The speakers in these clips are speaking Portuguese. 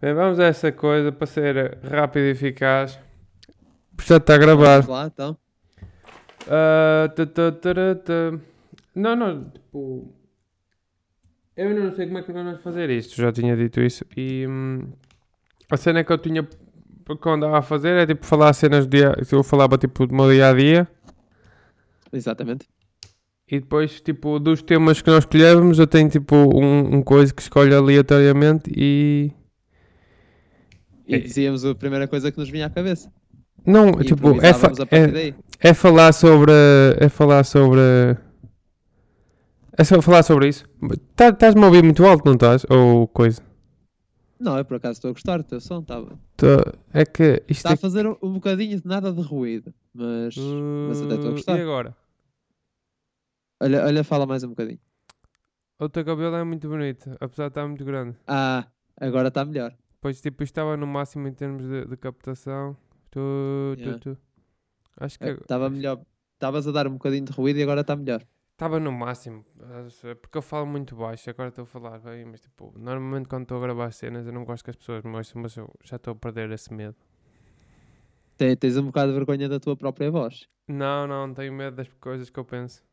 Bem, vamos a essa coisa para ser rápido e eficaz. Já está a gravar. Vamos lá, então. Ah, tã, tã, tã, tã. Não, não, tipo. Eu ainda não sei como é que nós vamos fazer isto, já tinha dito isso. E hum, a cena que eu tinha que eu andava a fazer é tipo falar cenas do dia. Eu falava tipo do meu dia a dia Exatamente. e depois tipo dos temas que nós escolhemos eu tenho tipo um, um coisa que escolho aleatoriamente e. E É. dizíamos a primeira coisa que nos vinha à cabeça. Não, E tipo, é, fa- improvisávamos a é, partir daí. É falar sobre. É falar sobre. É só falar sobre isso. Tá- Estás-me a ouvir muito alto, não estás? Ou coisa? Não, eu por acaso estou a gostar do teu som. Está Tô- É que isto tá é. Hum. a fazer um, um bocadinho de nada de ruído. Mas mas até estou a gostar. E agora? olha, olha, fala mais um bocadinho. O teu cabelo é muito bonito, apesar de estar muito grande. Ah, agora está melhor. Pois, tipo, isto estava no máximo em termos de, de captação. Tu, tu, Yeah. É, tu. Acho que Estava melhor. Estavas a dar um bocadinho de ruído e agora está melhor. estava no máximo. eh, Porque eu falo muito baixo, agora estou a falar bem, mas tipo, normalmente quando estou a gravar cenas eu não gosto que as pessoas me ouçam, mas eu já estou a perder esse medo. Te- Tens um bocado de vergonha da tua própria voz. Não, não, tenho medo das coisas que eu penso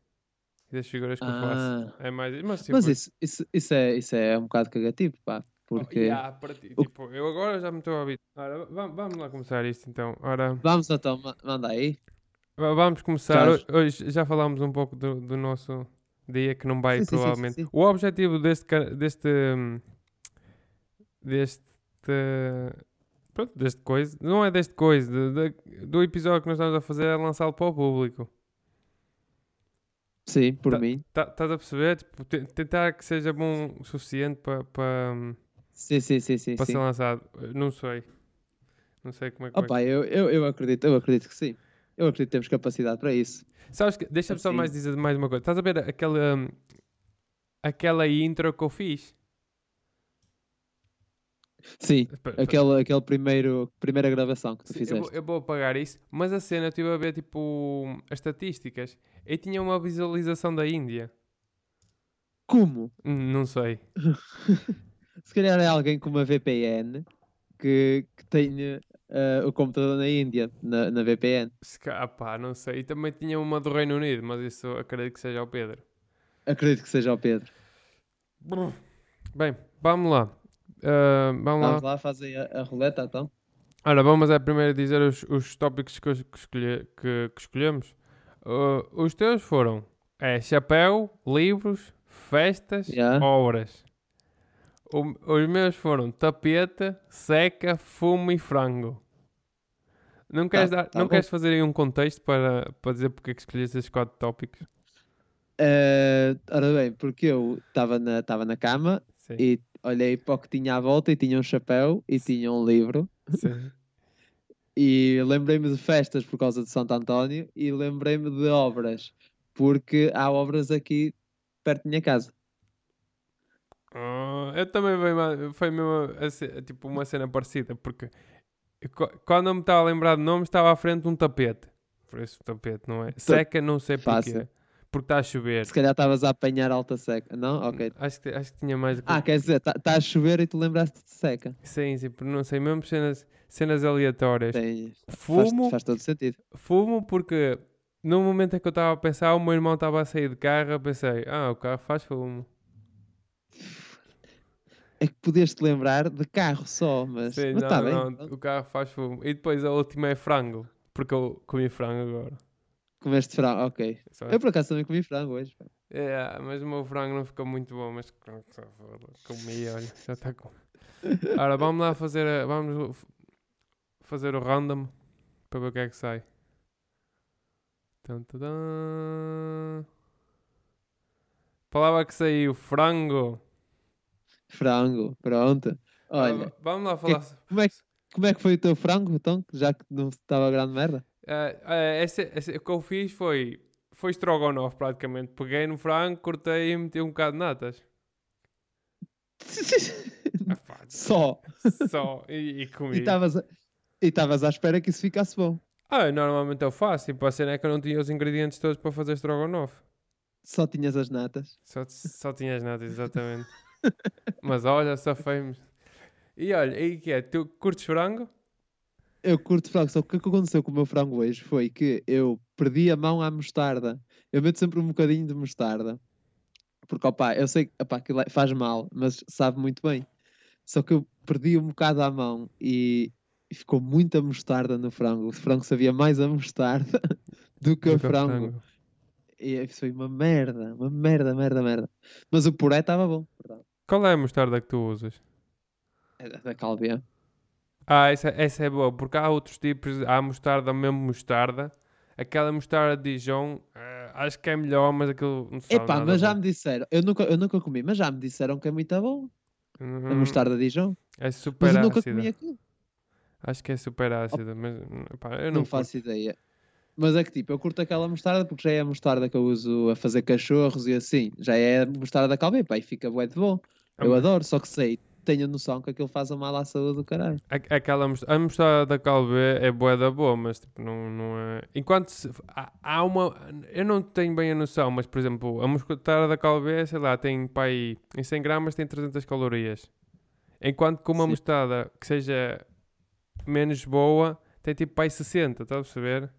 e das figuras que eu faço. Ah, É mais. Mas, tipo, mas isso, isso, isso, é, isso é um bocado cagativo, pá. oh, Porque. yeah, para ti, tipo, eu agora já me estou a ouvir. Ora, va- va- vamos lá começar isto então. Ora, Vamos então, ma- manda aí. va- vamos começar. Claro. Hoje, hoje já falámos um pouco do, do nosso dia que não vai Sim, sim, sim, sim, provavelmente. sim. O objetivo deste. ca- deste. hum, deste. pronto, deste coisa. Não é deste coisa. de- de- do episódio que nós estamos a fazer é lançá-lo para o público. Sim, por Tá. mim. Tá- Estás a perceber? Tipo, te- tentar que seja bom o suficiente para pa, Sim, sim, sim, sim. pa sim. ser lançado. Eu Não sei. Não sei como é que vai. Opa, eu, eu, eu acredito, eu acredito que sim. Eu acredito que temos capacidade para isso. Sabes que, deixa-me só assim. mais dizer mais uma coisa. Estás a ver aquela, hum, aquela intro que eu fiz? Sim, Espera, espera. aquele, aquele primeiro, primeira gravação que tu Sim, eu, fizeste. vou, eu vou apagar isso, mas a cena eu estive a ver tipo as estatísticas e tinha uma visualização da Índia. Como? Hum, Não sei. Se calhar é alguém com uma VPN que, que tenha ah, o computador na Índia, na, na VPN. Se ca- ah, pá, não sei. E também tinha uma do Reino Unido, mas isso acredito que seja o Pedro. Acredito que seja o Pedro. Brr. Bem, vamos lá. Ah, vamos lá. Vamos lá fazer a, a roleta então. Ora, vamos a primeiro dizer os, os tópicos que, eu- que escolhe- que- que escolhemos. Ah, os teus foram é, chapéu, livros, festas, Yeah. obras. O- os meus foram tapete, seca, fumo e frango. Não queres, dar, tá não bom. queres fazer aí um contexto para, para dizer porque é que escolheste esses quatro tópicos? Ah, ora bem, porque eu estava na, tava na cama Sim, e olhei para o que tinha à volta e tinha um chapéu e tinha um livro. sim. E lembrei-me de festas por causa de Santo António e lembrei-me de obras, porque há obras aqui perto da minha casa. Ah, eu também veio ma- foi mesmo a ce- tipo uma cena parecida, porque eu co- quando eu me estava a lembrar de nome, estava à frente de um tapete. Por isso, tapete, não é? Seca, não sei Tá Fácil. porquê. Porque está a chover. Se calhar estavas a apanhar alta seca. Não? Ok. Acho que, acho que tinha mais. do que- Ah, quer dizer, está a chover e tu lembraste de seca. Sim, sim, porque não sei, mesmo cenas, cenas aleatórias. Tem, faz, Fumo, faz todo sentido. fumo porque no momento em que eu estava a pensar, o meu irmão estava a sair de carro, eu pensei, ah, o carro faz fumo. É que podias te lembrar de carro só, mas Sim, mas não, está bem. não, pronto. o carro faz fumo. E depois a última é frango, porque eu comi frango agora. Comeste frango, ok. Só- Eu por acaso também comi frango hoje. pá. É, mas o meu frango não ficou muito bom, mas com- com- comi, olha, já está com. Ora, vamos lá fazer, a- vamos o- f- fazer o random para ver o que é que sai. Tum, tum, tum. Palavra que saiu, frango. Frango, pronto. Ora, Olha, va- vamos lá que é falar. so- como é, que- como é que foi o teu frango, então? Já que não estava grande merda? Ah, ah, esse, esse- o que eu fiz foi, foi estrogonofe praticamente. Peguei no frango, cortei e meti um bocado de natas. Ah, pá, Só. Só, e, e E tá comi. estavas a- e estavas à espera que isso ficasse bom. Ah, normalmente eu faço. Tipo, a cena é que eu não tinha os ingredientes todos para fazer estrogonofe. Só tinhas as natas. Só, só tinha as natas, exatamente. Mas olha, só foi E olha, aí que é, tu curtes frango? Eu curto frango, só que o que aconteceu com o meu frango hoje foi que eu perdi a mão à mostarda. Eu meto sempre um bocadinho de mostarda. Porque, opá, eu sei que opá, aquilo é- faz mal, mas sabe muito bem. Só que eu perdi um bocado à mão e, e ficou muita mostarda no frango. O frango sabia mais a mostarda do que o Nunca frango. E isso foi uma merda, uma merda, merda, merda. Mas o puré estava bom. Qual é a mostarda que tu usas? É da- da Calbia. Ah, essa, essa é boa, porque há outros tipos, há mostarda, mesmo mostarda. Aquela mostarda de Dijon, eh, acho que é melhor, mas aquilo não sabe Epá, nada mas já bom. me disseram, eu nunca, eu nunca comi, mas já me disseram que é muito bom. Uhum, A mostarda Dijon. É Mas super eu nunca ácida. comi aquilo. Acho que é super ácida, mas hum, pá, eu Não, não, faço ideia. Mas é que tipo, eu curto aquela mostarda porque já é a mostarda que eu uso a fazer cachorros e assim. Já é a mostarda da Calbia, pá, e fica bué de bom. Eu Ah, adoro, só que sei, tenho a noção que aquilo faz a mal à saúde do caralho. A- Aquela mostarda, a mostarda da Calvé é boa da boa, mas tipo, não, não é. Enquanto se- há, há uma. Eu não tenho bem a noção, mas por exemplo, a mostarda da Calvé, sei lá, tem para aí. Em 100 gramas tem 300 calorias. Enquanto que uma Sim. mostarda que seja menos boa tem tipo para aí 60, estás a perceber?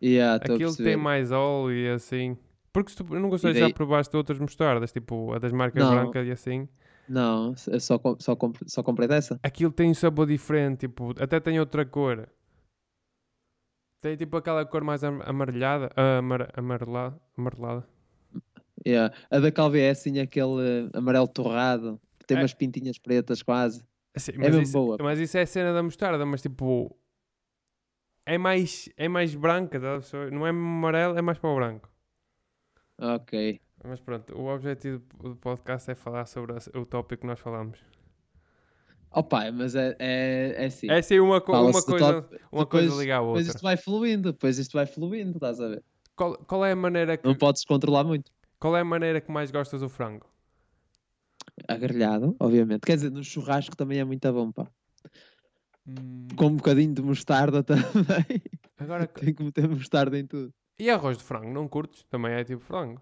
E yeah, estou Tá a Aquilo perceber. tem mais óleo e assim. Porque se tu eu não gostei, E já daí- provaste outras mostardas, tipo a das marcas Não. brancas e assim. Não, eu só, com- só, comp- só comprei dessa. aquilo tem um sabor diferente, tipo, até tem outra cor. Tem tipo aquela cor mais am- amarelhada, ah, amar, amarelada, amarelada. Yeah. A da Calvi é assim aquele amarelo torrado, tem É. umas pintinhas pretas quase. Assim, é mas, mesmo isso, boa. mas isso é a cena da mostarda, mas tipo, é mais, é mais branca, tá? a pessoa- não é amarelo, é mais para o branco. Ok. Mas pronto, o objetivo do podcast é falar sobre a- o tópico que nós falamos. Opa, mas é, é, é assim. É assim uma, co- Fala-se uma do coisa, top- uma depois- coisa liga à Depois outra. isto vai fluindo, depois isto vai fluindo, estás a ver? Qual, qual é a maneira que, Não podes controlar muito. qual é a maneira que mais gostas do frango? Agarrelhado, obviamente. Quer dizer, no churrasco também é muito bom, pá. Com um bocadinho de mostarda também. Agora, Tem que meter mostarda em tudo. E arroz de frango, não curtes? Também é tipo frango.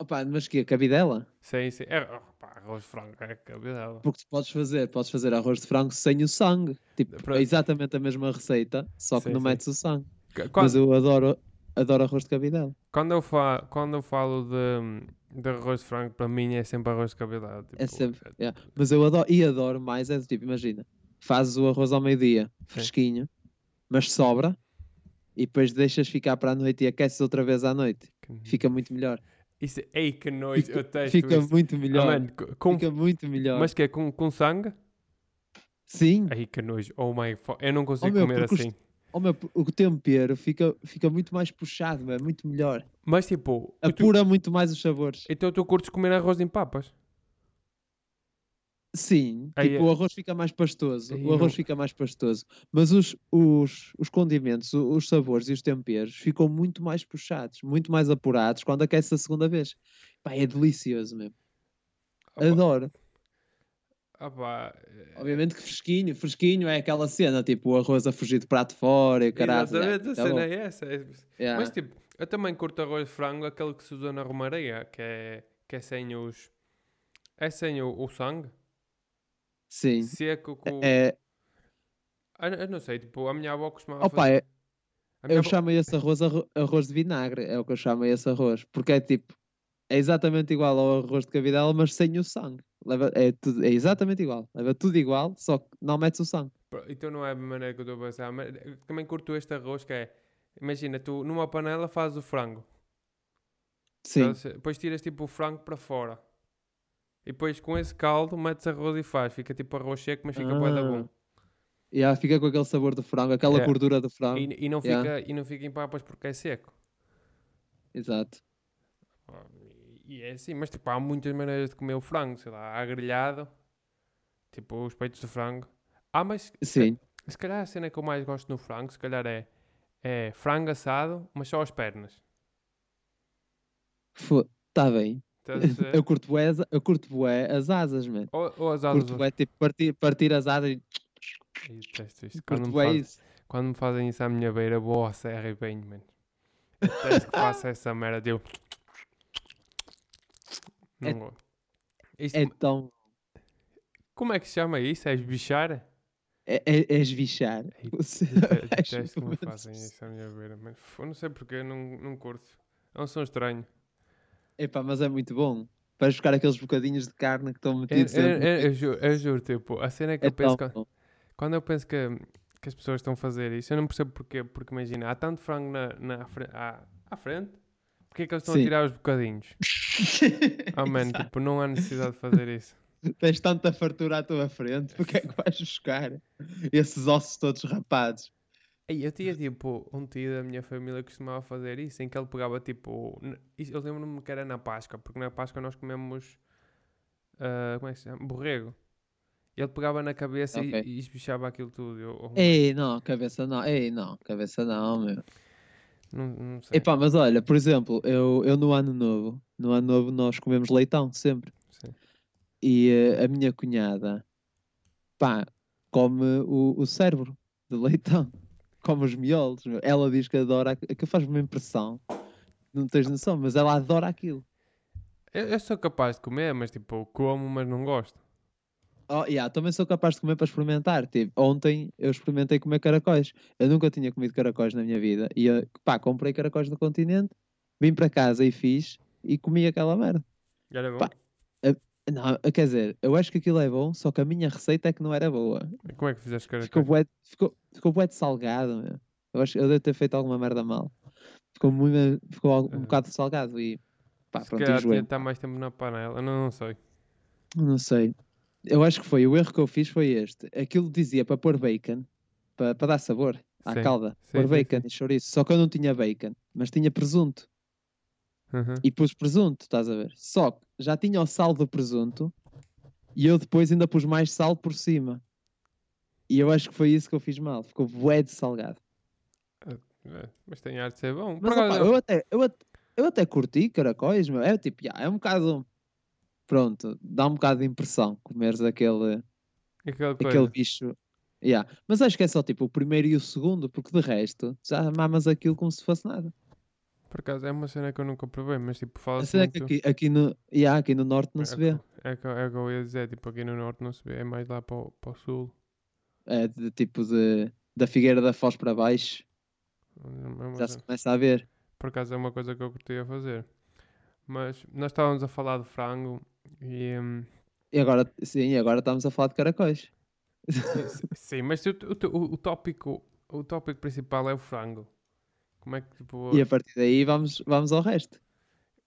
Opa, mas que a cabidela? Sim, sim. É, oh, pá, arroz de frango é cabidela. Porque tu podes fazer, podes fazer arroz de frango sem o sangue. Tipo, Pronto. é exatamente a mesma receita, só que Sim, não sim. metes o sangue. Qu- Mas Quando, eu adoro, adoro arroz de cabidela. quando, eu falo, quando eu falo de, de arroz de frango, para mim é sempre arroz de cabidela. É tipo, sempre, yeah. Mas eu adoro, e adoro mais, é do tipo, imagina, fazes o arroz ao meio-dia, fresquinho, mas sobra, e depois deixas ficar para a noite e aqueces outra vez à noite. que- Fica muito melhor. Isso, ei, que nojo, eu testo Fica isso. muito Ah, melhor. mano, co- com, Fica muito melhor. mas que é com, com sangue? Sim, Ei, que nojo. Oh my fuck. Eu não consigo meu, comer porque os- assim. oh meu, o tempero fica, fica muito mais puxado, é muito melhor. Mas tipo, tu- Apura muito mais os sabores. então tu curtes comer arroz em papas? Sim, Aí tipo, é- o arroz fica mais pastoso, Aí o arroz não- fica mais pastoso, mas os, os, os condimentos, o- os sabores e os temperos ficam muito mais puxados, muito mais apurados quando aquece a segunda vez. Pá, é delicioso mesmo. Opa, Adoro. opa, eh, Obviamente que fresquinho, fresquinho é aquela cena, tipo, o arroz a fugir de prato fora e o caralho. Exatamente, é, a tá cena bom. é essa. é- Yeah. Mas tipo, eu também curto arroz de frango, aquele que se usa na romaria, que é, que é sem os. É sem o, o sangue. Sim. Seco com. É, Ah, Eu, não sei, tipo, a minha avó costumava. opa, fazer- é- a minha eu avó- chamo esse arroz arro- arroz de vinagre, é o que eu chamo esse arroz, porque é tipo, é exatamente igual ao arroz de cabidela, mas sem o sangue. Leva, é, tudo, é exatamente igual, leva tudo igual, só que não metes o sangue. Pro- Então não é a maneira que eu estou a pensar. Mas eu também curto este arroz que é. Imagina, tu numa panela fazes o frango. Sim, estás a ver? Depois tiras tipo o frango para fora. E depois com esse caldo metes arroz e faz. Fica tipo arroz seco, mas fica bué da bom. e yeah, fica com aquele sabor do frango, aquela Yeah. gordura do frango. É. E, e, não fica, Ah. yeah. e não fica em papas porque é seco. Exato. Ah, E é assim, mas tipo, há muitas maneiras de comer o frango, sei lá, há grelhado, tipo os peitos de frango. Ah, mas se, Sim, se calhar a cena que eu mais gosto no frango, se calhar é, é frango assado, mas só as pernas. está tá bem. Estás a perceber? Eu curto bué, as- eu curto bué as asas, mano. ou, ou é. as asas. Curto bué, tipo, partir, partir as asas e Ai, eu detesto isto. Quando, curto me bué fazem, isso. quando me fazem isso à minha beira, vou à serra e venho, mano. Eu Detesto que faça essa merda de eu. Não É- gosto. Isto É tão... Como é que se chama isso? É esbichar? É, é, é esbichar. Ei, Você- Eu acho Detesto como muito- fazem isso à minha beira, mano. F- Eu não sei porque, não, não curto. É um som estranho. Epá, mas é muito bom. Vais buscar aqueles bocadinhos de carne que estão É, metidos dentro. é, é, eu, ju- eu juro, tipo, a cena é que É eu penso. tão quan- bom. Quando eu penso que, que as pessoas estão a fazer isso, eu não percebo porquê. Porque imagina, há tanto frango na, na fre- à, à frente, porque é que eles estão Sim. a tirar os bocadinhos? Ah, mano, Exato. tipo, não há necessidade de fazer isso. Tens tanta fartura à tua frente, porque é que vais buscar esses ossos todos rapados? Ei, eu tinha tipo um tio da minha família que costumava fazer isso, em que ele pegava tipo. n- isso- Eu lembro-me que era na Páscoa, porque na Páscoa nós comemos. ah, como é que se chama? Borrego. E ele pegava na cabeça e- Ok. e, espichava aquilo tudo. Eu, eu- Ei, não, cabeça não, ei, não, cabeça não, meu. não, não sei. Epá, mas olha, por exemplo, eu, eu no ano novo, no ano novo nós comemos leitão sempre. Sim. E eh, a minha cunhada, pá, come o, o cérebro de leitão, come os miolos. meu. Ela diz que adora, aqu- aquilo faz-me uma impressão, não tens noção, mas ela adora aquilo. Eu, eu sou capaz de comer, mas tipo, como, mas não gosto. Oh, yeah, também sou capaz de comer para experimentar. Tipo, ontem eu experimentei comer caracóis. Eu nunca tinha comido caracóis na minha vida. E eu, pá, comprei caracóis no continente, vim para casa e fiz e comi aquela merda. E Era bom. Pá. Não, eh, quer dizer, eu acho que aquilo é bom, só que a minha receita é que não era boa. E Como é que fizeste cara? Ficou bué, ficou, ficou bué de salgado, meu. Eu acho que eu devo ter feito alguma merda mal. Ficou, muito, ficou al- um Aham. bocado salgado e pá, Se pronto, calhar tinha de enjoei. estar mais tempo na panela, não, não sei. Não sei. Eu acho que foi, o erro que eu fiz foi este. Aquilo dizia para pôr bacon, para, para dar sabor à Sim, calda. sim, Pôr sim, Ah, bacon e chouriço. Só que eu não tinha bacon, mas tinha presunto. Uhum. E pus presunto, estás a ver? Só que já tinha o sal do presunto e eu depois ainda pus mais sal por cima. E eu acho que foi isso que eu fiz mal. Ficou bué de salgado. É, Mas tem ar de ser bom. Por Mas acaso, opá, eu, até, eu, até, eu até curti caracóis, meu. É tipo, já, é um bocado... Pronto, dá um bocado de impressão comeres aquele... aquela coisa. aquele bicho. Yeah. Mas acho que é só tipo o primeiro e o segundo, porque de resto já mamas aquilo como se fosse nada. Por acaso, é uma cena que eu nunca provei, mas tipo, A fala-se cena é que muito... aqui, aqui, no, yeah, aqui no norte não É se o vê. que- É que, é o que eu ia dizer, tipo, aqui no norte não se vê, é mais lá para o, para o sul. É de, tipo de, da Figueira da Foz para baixo, onde não- é uma já se zona. começa a ver. Por acaso é uma coisa que eu curtia fazer. Mas nós estávamos a falar de frango e. hum, E agora, sim, agora estamos a falar de caracóis. s- sim, mas o, o- o- o tópico, o tópico principal é o frango. Como é que tipo. E a partir daí vamos, vamos ao resto.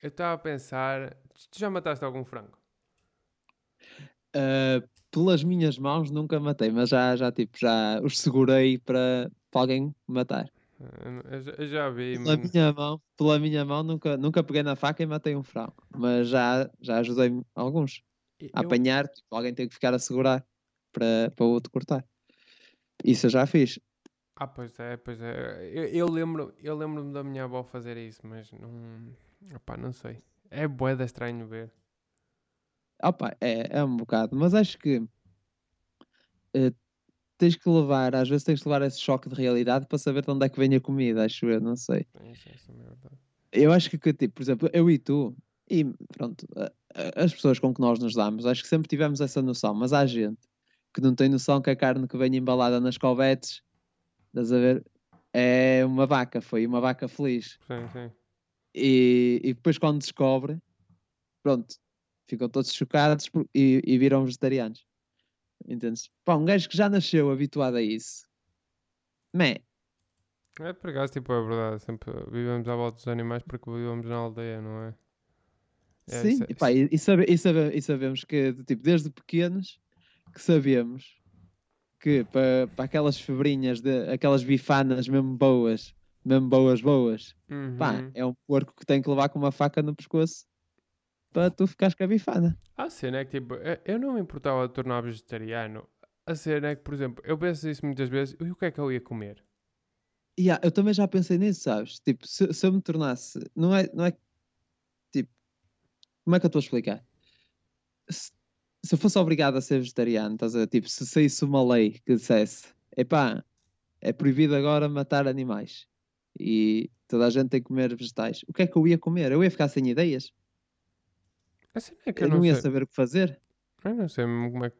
Eu estava a pensar. Tu tu já mataste algum frango? Ah, pelas minhas mãos nunca matei, mas já, já tipo, já os segurei para, para alguém me matar. Eu, eu já- eu já vi. Pela mas- minha mão, pela minha mão nunca, nunca peguei na faca e matei um frango, mas já, já ajudei alguns a eu- apanhar, tipo, alguém tem que ficar a segurar para, para o outro cortar. Isso eu já fiz. Ah, pois é, pois é. Eu, eu lembro, eu lembro-me da minha avó fazer isso, mas não. Opá, não sei. É boeda estranho ver. Opa, é, é um bocado, mas acho que eh, tens que levar, às vezes tens que levar esse choque de realidade para saber de onde é que vem a comida, acho eu, não sei. Isso, isso é verdade. Eu acho que, que, tipo, por exemplo, eu e tu, e pronto, a- a- as pessoas com que nós nos damos, acho que sempre tivemos essa noção, mas há gente que não tem noção que a carne que vem embalada nas covetes, estás a ver, é uma vaca, foi uma vaca feliz. Sim, sim. E, e depois quando descobre, pronto, ficam todos chocados por- e, e viram vegetarianos. Entendes? Pá, um gajo que já nasceu habituado a isso, meh, É por acaso, tipo, é verdade. Sempre vivemos à volta dos animais porque vivemos na aldeia, não é? É, Sim, isso é- e, pá, e, e sabe- e sabe- e sabemos que de- tipo, desde pequenos que sabemos que para, para aquelas febrinhas, de, aquelas bifanas mesmo boas, mesmo boas, boas, Uhum. pá, é um porco que tem que levar com uma faca no pescoço para tu ficares com a bifana. A cena é que, tipo, eu- eu não me importava de tornar vegetariano. A cena é que, por exemplo, eu penso isso muitas vezes. E o que é que eu ia comer? E há- eu também já pensei nisso, sabes? Tipo, se, se eu me tornasse, não é, não é tipo, como é que eu estou a explicar? Se, se eu fosse obrigado a ser vegetariano, estás a ver? Tipo, se saísse uma lei que dissesse, epá, é proibido agora matar animais e toda a gente tem que comer vegetais, o que é que eu ia comer? Eu ia ficar sem ideias, A cena é que eu, eu, não, ia sei. saber o que fazer. Eu não sei mesmo como é que.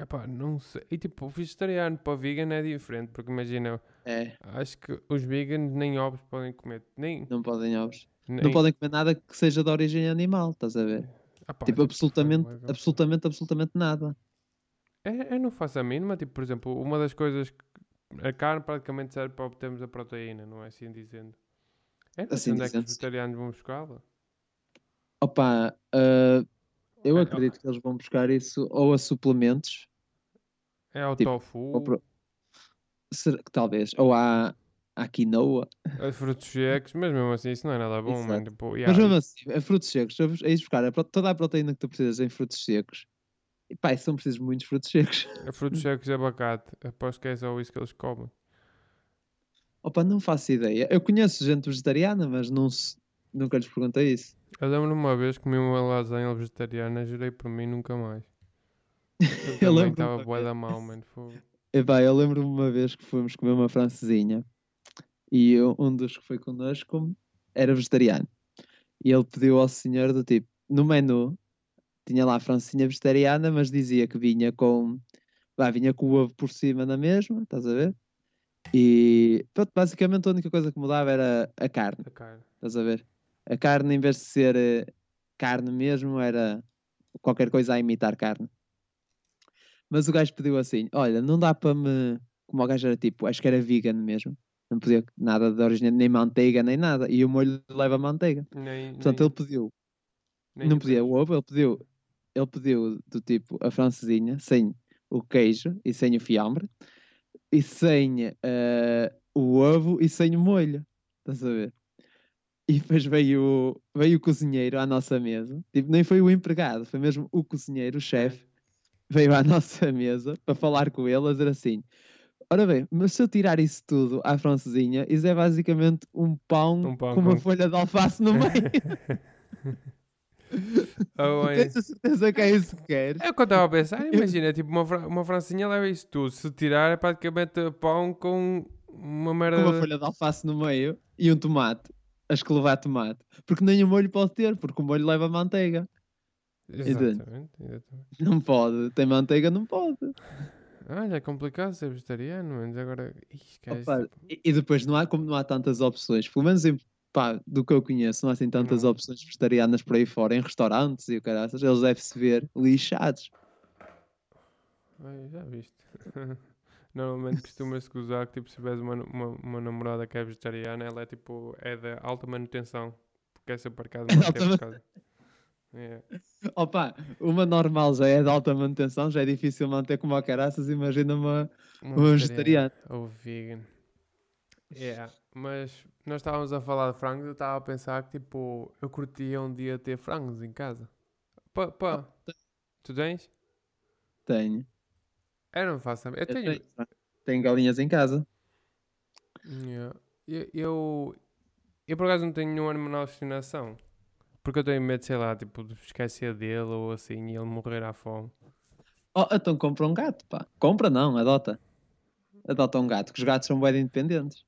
Epá, não sei. E tipo, o vegetariano para o vegan é diferente, porque imagina, É, acho que os veganos nem ovos podem comer. Nem. não podem ovos. nem Não podem comer nada que seja de origem animal, estás a ver? Epá, tipo, absolutamente, fogo, é absolutamente, absolutamente nada. É, eu não faço a mínima, tipo, por exemplo, uma das coisas que a carne praticamente serve para obtermos a proteína, não é assim dizendo? É, mas Assim onde é que os dizendo, sim. vegetarianos vão buscá-la? Opa, ah, eu É, acredito que eles vão buscar isso ou a suplementos, É ao Tipo, tofu, ou pro- será que talvez, ou à, à quinoa. a frutos secos, mas mesmo assim isso não é nada bom, mano. Exato. Tipo, Mas yeah, mesmo assim, a frutos secos, é isso buscar a pro- toda a proteína que tu precisas em frutos secos. E pá, e são precisos muitos frutos secos. e- frutos secos e abacate, aposto que é só isso que eles comem. Opa, não faço ideia. Eu conheço gente vegetariana, mas não se- nunca lhes perguntei isso. Eu lembro-me uma vez que comi uma lasanha vegetariana, jurei por mim nunca mais. Eu também lembro-me estava também. bué da mal, mano. fogo. Epá, eu lembro-me uma vez que fomos comer uma francesinha e eu- um dos que foi connosco era vegetariano. E ele pediu ao senhor do tipo, no menu, tinha lá a francesinha vegetariana, mas dizia que vinha com, vá, vinha com o ovo por cima na mesma, estás a ver? E pronto, basicamente a única coisa que mudava era a carne, A carne. estás a ver? A carne, em vez de ser eh, carne mesmo, era qualquer coisa a imitar carne. Mas o gajo pediu assim: Olha, não dá para me. Como o gajo era tipo, acho que era vegan mesmo. Não podia nada de origem, nem manteiga, nem nada. E o molho leva manteiga. Nem, Portanto, nem- ele pediu. nem não o podia queijo. o ovo, ele pediu. Ele pediu do tipo a francesinha, sem o queijo e sem o fiambre, e sem eh, o ovo e sem o molho. Estás a ver? E depois veio, o- veio o cozinheiro à nossa mesa. Tipo, nem foi o empregado, foi mesmo o cozinheiro, o chefe veio à nossa mesa para falar com ele, a dizer assim: Ora bem, mas se eu tirar isso tudo à francesinha, isso é basicamente um pão, Um pão com uma com- folha de alface no meio. Oh, Tu é. Tens a certeza que é isso que queres? É o que eu estava a pensar, imagina, tipo, uma, fra- uma francinha leva isso tudo. Se tirar é praticamente pão com uma merda. Com uma de- folha de alface no meio e um tomate. Acho que levar tomate. Porque nem o molho pode ter, porque o molho leva manteiga. Exatamente, exatamente. Não pode. Tem manteiga, não pode. Olha, é complicado ser vegetariano, mas agora. Ih, esquece, Opa, tipo, e, e depois não há, como não há tantas opções, pelo menos em- pá, do que eu conheço, não há assim tantas Não. opções vegetarianas por aí fora, em restaurantes e o caraças, eles devem-se ver lixados. ai, já viste. Normalmente costuma-se gozar que, tipo, se tiveres uma, uma, uma namorada que é vegetariana, ela é tipo. é da alta manutenção. Porque é super casa, mas é alta por causa. É. Opa, uma normal já é de alta manutenção, já é difícil manter como a caraças, imagina uma, Um uma vegetariana. Ou vegan. É, mas nós estávamos a falar de frangos, eu estava a pensar que tipo, eu curtia um dia ter frangos em casa. Pá, pá. Tu tens? Tenho. Eu não faço a- Eu Eu tenho. tenho. Tenho galinhas em casa. Yeah. Eu, eu, eu por acaso não tenho nenhum animal de estimação. Porque eu tenho medo, sei lá, tipo, de esquecer dele ou assim e ele morrer à fome. Oh, então compra um gato, pá. Compra não, adota. Adota um gato, que os gatos são bem independentes.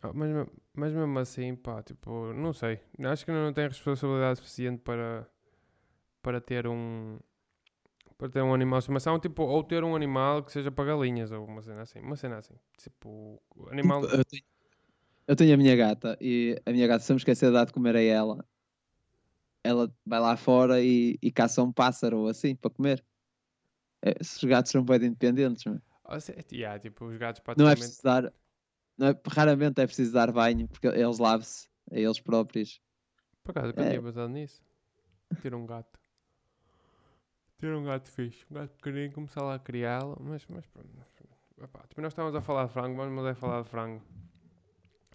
Ah, Mas, me- mas mesmo assim, pá, tipo, não sei. Acho que eu não tenho responsabilidade suficiente para, para ter um para ter um animal de estimação, tipo, ou ter um animal que seja para galinhas, ou uma cena assim, uma cena assim. Tipo, animal. Eu tenho, eu tenho a minha gata e a minha gata, se eu me esquecer de dar de comer a ela, ela vai lá fora e, e caça um pássaro ou assim para comer. É, Esses gatos são bem independentes, meu. Ah, se- yeah, tipo, os gatos não é praticamente. preciso dar, não é- raramente é preciso dar banho porque eles lavam-se a eles próprios. Por acaso, eu É. tinha pensado nisso. Ter um gato. Ter um gato fixe. Um gato pequenino, começar lá a criá-lo, mas, mas pronto. Epá, tipo, nós estávamos a falar de frango, vamos é falar de frango.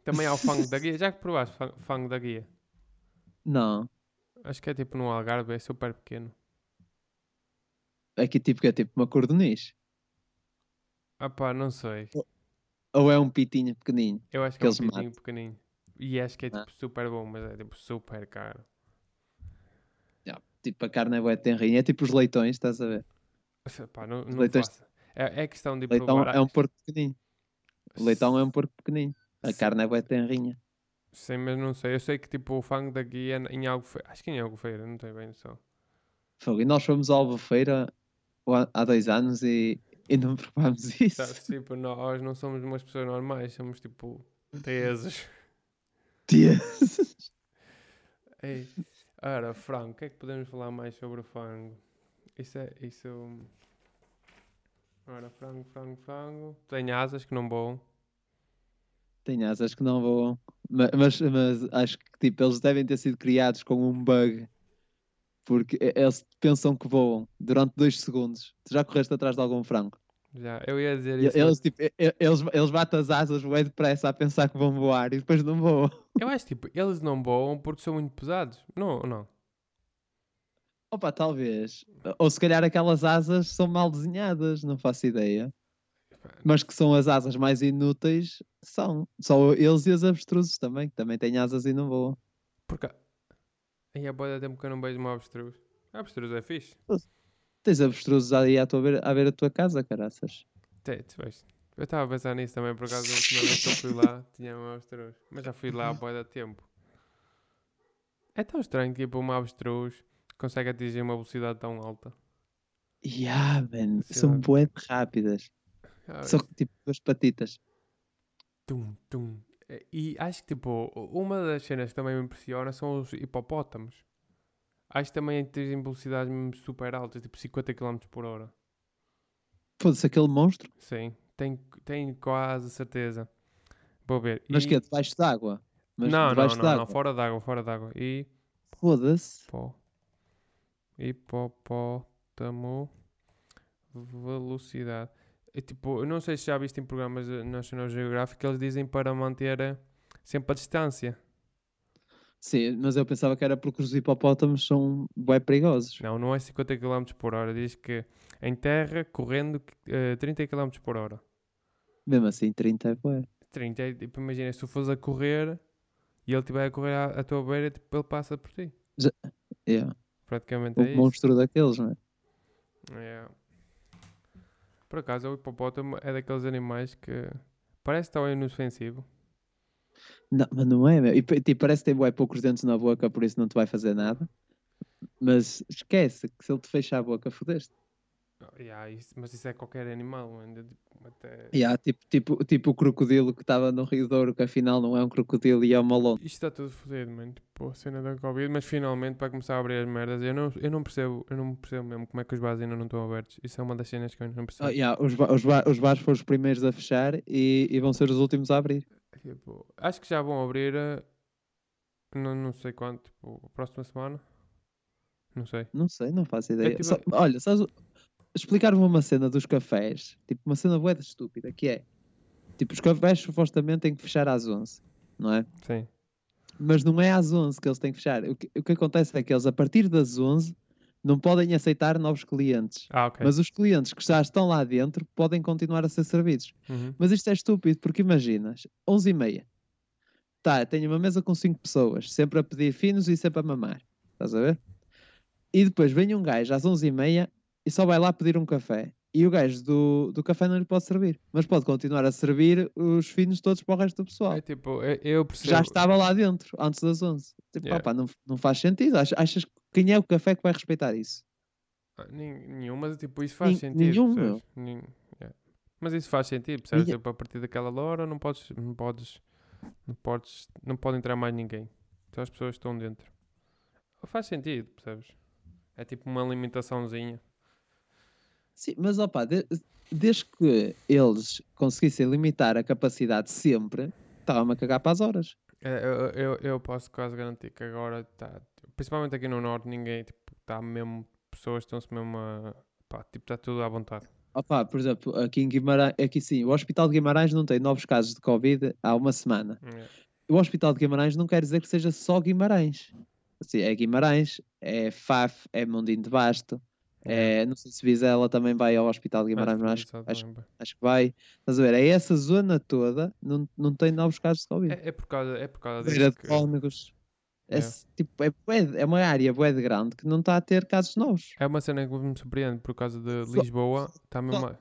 Também há o fango da guia. Já que provaste fa- fango da guia? Não, Acho que é tipo no Algarve, é super pequeno. aqui tipo que é tipo uma cordoniz Ah pá, não sei. ou é um pitinho pequenino. Eu acho que é um Aqueles pitinho pequenino. E acho que é Ah. tipo super bom, mas é tipo super caro. Já, tipo a carne é bué tenrinha, é tipo os leitões, estás a ver? Ah, Pá, não, não Leitões- faça. É, é questão de O leitão provar. é um porco pequenino. O leitão é um porco pequenino. A carne é bué tenrinha. Sim, mas não sei. Eu sei que tipo o fango da guia é em algo Acho que em algo feira, não tenho bem noção. Fogo, E nós fomos à albufeira ou há, há dois anos e, e não provámos isso. Sabes, tipo, nós não somos umas pessoas normais, somos tipo teses. Dias. Ei, ora, frango, o que é que podemos falar mais sobre o frango? Isso é, isso... Ora, frango, frango, frango... Tem asas que não vão. Tenho asas que não voam. Ma- Mas, mas acho que tipo, eles devem ter sido criados com um bug. Porque e- eles pensam que voam durante dois segundos. Tu já correste atrás de algum frango. Já, eu ia dizer E- isso. Eles, tipo, e- e- eles, eles batem as asas bem depressa a pensar que vão voar e depois não voam. Eu acho, tipo, eles não voam porque são muito pesados. Não, não. Opa, talvez. Ou se calhar aquelas asas são mal desenhadas, não faço ideia. Mas que são as asas mais inúteis, são. Só eles e os abstrusos também, que também têm asas e não voam. Porque... Aí há boa tempo que eu não vejo uma avestruz. A avestruz é fixe. Tens abstrusos aí à, tua beira, à beira da tua casa, caraças. Tem, tu vês. Eu estava a pensar nisso também, por acaso, a última vez que eu fui lá, tinha uma avestruz. Mas já fui lá há bué de tempo. É tão estranho, tipo, uma avestruz consegue atingir uma velocidade tão alta. Yeah, man. Sei lá. São bué de rápidas. Ah, Só que tipo duas patitas. Tum, tum. Eh, E acho que, tipo, uma das cenas que também me impressiona são os hipopótamos. Acho que também atingem velocidades mesmo super altas, tipo 50 km por hora. Foda-se, aquele monstro. Sim, tenho, tenho quase certeza. Vou ver. Mas E- que é debaixo d'água. Mas não, não, debaixo não, não, d'água. fora d'água, fora d'água. E... Foda-se. Pó. Hipopótamo. Velocidade. É tipo, eu não sei se já viste em programas eh, National Geographic, eles dizem para manter eh, sempre a distância. Sim, mas eu pensava que era porque os hipopótamos são bué perigosos. Não, não é 50 km por hora. Diz que em terra, correndo eh, 30 km por hora. Mesmo assim, 30 é bué. 30, é tipo, imagina, se tu fores a correr e ele estiver a correr à, à tua beira, tipo, ele passa por ti. Yeah. Praticamente O é isso. monstro daqueles, não é? É. Por acaso, o hipopótamo é daqueles animais que parece tão inofensivo. Não, mas não é, meu. E pa- tipo, parece que tem bué poucos dentes na boca, por isso não te vai fazer nada. Mas esquece que se ele te fechar a boca, fodeste. Ah, yeah, isso- mas isso é qualquer animal, ainda tipo, até... Yeah, tipo, tipo, tipo o crocodilo que estava no Rio Douro, que afinal não é um crocodilo e é uma lona. Isto está tudo fodido, mano. Tipo, a cena da Covid, mas finalmente para começar a abrir as merdas, eu não, eu não percebo, eu não percebo mesmo como é que os bares ainda não estão abertos. Isso é uma das cenas que eu não percebo. Ah, yeah, os, ba- os, ba- os bares foram os primeiros a fechar e, e vão ser os últimos a abrir. Tipo, acho que já vão abrir eh, não, não sei quando, tipo, a próxima semana. Não sei. Não sei, não faço ideia. tipo- Só- olha, sabes, o- explicaram-me uma cena dos cafés, tipo uma cena bué de estúpida, que é, tipo, os cafés supostamente têm que fechar às 11, não é? Sim. Mas não é às 11 que eles têm que fechar. O que, o que acontece é que eles, a partir das 11, não podem aceitar novos clientes. Ah, ok. Mas os clientes que já estão lá dentro podem continuar a ser servidos. Uhum. Mas isto é estúpido, porque imaginas, 11 e meia. Tá, tenho uma mesa com 5 pessoas, sempre a pedir finos e sempre a mamar. Estás a ver? E depois vem um gajo às 11 e meia e só vai lá pedir um café. E o gajo do, do café não lhe pode servir. Mas pode continuar a servir os finos todos para o resto do pessoal. É tipo, eu, eu que percebo. Já estava lá dentro, antes das 11. Tipo, Yeah. opá, não, não faz sentido. Ach- Achas que quem é o café que vai respeitar isso? Ah, nen- Nenhum, mas tipo, isso faz Nin- sentido. nenhum, percebes? Nin- yeah. Mas isso faz sentido, percebes? Ninguém- Tipo, a partir daquela hora não podes, não podes, não podes, não pode entrar mais ninguém. Então as pessoas estão dentro. Faz sentido, percebes? É tipo uma limitaçãozinha. Sim, mas opa, de- desde que eles conseguissem limitar a capacidade sempre, estava-me a cagar para as horas. É, Eu, eu, eu posso quase garantir que agora está, principalmente aqui no Norte, ninguém, tipo, está mesmo, pessoas estão-se mesmo a, pá, tipo, está tudo à vontade. Opa, por exemplo, aqui em Guimarães, aqui sim, o Hospital de Guimarães não tem novos casos de Covid há uma semana. Yeah. O Hospital de Guimarães não quer dizer que seja só Guimarães. Assim, é Guimarães, é Faf, é Mundinho de Basto, é, não sei se Vizela também vai ao Hospital de Guimarães, mas acho, acho, acho que vai. Estás a ver, é essa zona toda, não, não tem novos casos de Covid. é, é por causa, é por causa Beira disso de que- Cónegos. É, É. s- tipo, é, bué- é uma área bué de grande que não está a ter casos novos. É uma cena que me surpreende por causa de Só- Lisboa. Tá mesmo a-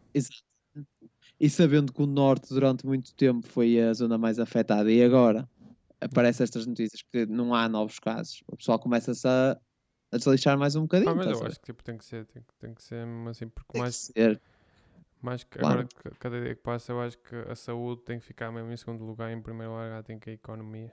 E sabendo que o Norte durante muito tempo foi a zona mais afetada e agora aparecem estas notícias que não há novos casos, o pessoal começa-se a, a a desleixar mais um bocadinho. Ah, mas estás eu a acho que tipo, tem que ser, tem, que- tem que ser mesmo assim, porque ver? Tem que mais, ser. mais que claro. agora que- cada dia que passa eu acho que a saúde tem que ficar mesmo em segundo lugar, em primeiro lugar tem que a economia.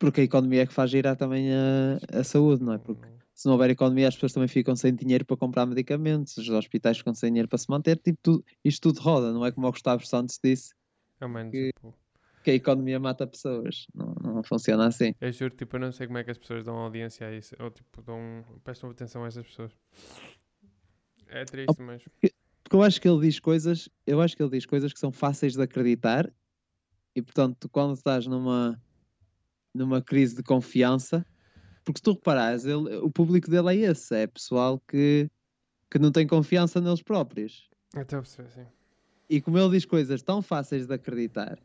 Porque a economia é que faz girar também a, a saúde, não é? Porque Hum, se não houver economia, as pessoas também ficam sem dinheiro para comprar medicamentos, os hospitais ficam sem dinheiro para se manter, tipo, tudo, isto tudo roda, não é como o Gustavo Santos disse, Ah, mano, que- tipo, que a economia mata pessoas. Não, não funciona assim. eu juro, tipo, eu não sei como é que as pessoas dão audiência a isso, ou tipo, dão, prestam atenção a essas pessoas. É triste, mas Porque eu acho que ele diz coisas, eu acho que ele diz coisas que são fáceis de acreditar, e portanto, tu, quando estás numa, numa crise de confiança, porque se tu reparares, ele- o público dele é esse, é pessoal que, que não tem confiança neles próprios. até a perceber, sim. E como ele diz coisas tão fáceis de acreditar,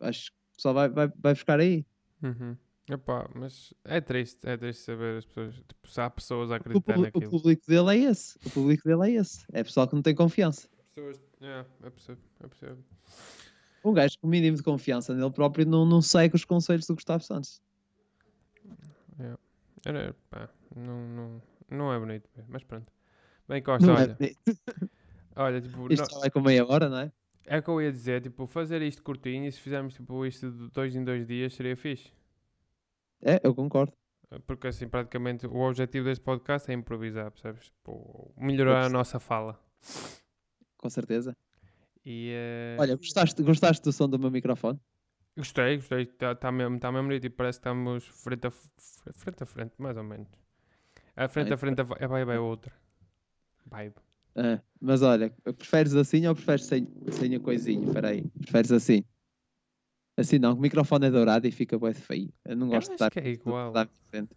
acho que o pessoal vai, vai, vai buscar aí. Uhum. Epá, mas é triste, é triste saber as pessoas, tipo, se há pessoas a Porque O, acreditar pub- o naquilo. público dele é esse. O público dele é esse. É pessoal que não tem confiança. Pessoas, é, eu percebo, eu percebo. Um gajo com o mínimo de confiança nele próprio não, não segue os conselhos do Gustavo Santos. Era, pá, não, não, não é bonito, mas pronto. Bem, Costa, Não é? olha, olha, tipo, Isto nó- só vai com meia hora, não é? é o que eu ia dizer, tipo, fazer isto curtinho e se fizermos, tipo, isto de dois em dois dias seria fixe. É, eu concordo. Porque, assim, praticamente o objetivo deste podcast é improvisar, percebes? Tipo, melhorar a nossa fala. Com certeza. E, eh, Olha, gostaste, gostaste do som do meu microfone? Gostei, gostei. Está tá mesmo, tá mesmo bonito e parece que estamos frente a, f- fre- frente a frente, mais ou menos. A frente a Ai, frente a vi- a vibe é outra. Vibe. Ah, mas olha, preferes assim ou preferes sem, sem a coisinha? Espera aí. Preferes assim? Assim não, o microfone é dourado e fica bué de feio. Eu não Eu gosto de acho estar que é igual. Dá-me diferente.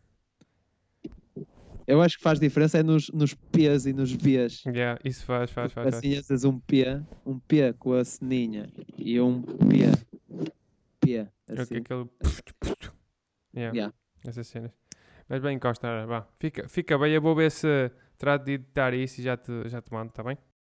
Eu acho que faz diferença é nos, nos P's e nos B's. Yeah, isso faz, faz, faz. faz. assim, às vezes um P, um P com a ceninha e um P, P, É que assim. aquele. Yeah, Yeah. Essas cenas. Mas bem, Costa, ora, vá. Fica, fica bem, eu vou ver se trato de editar isso e já te, já te mando, está bem?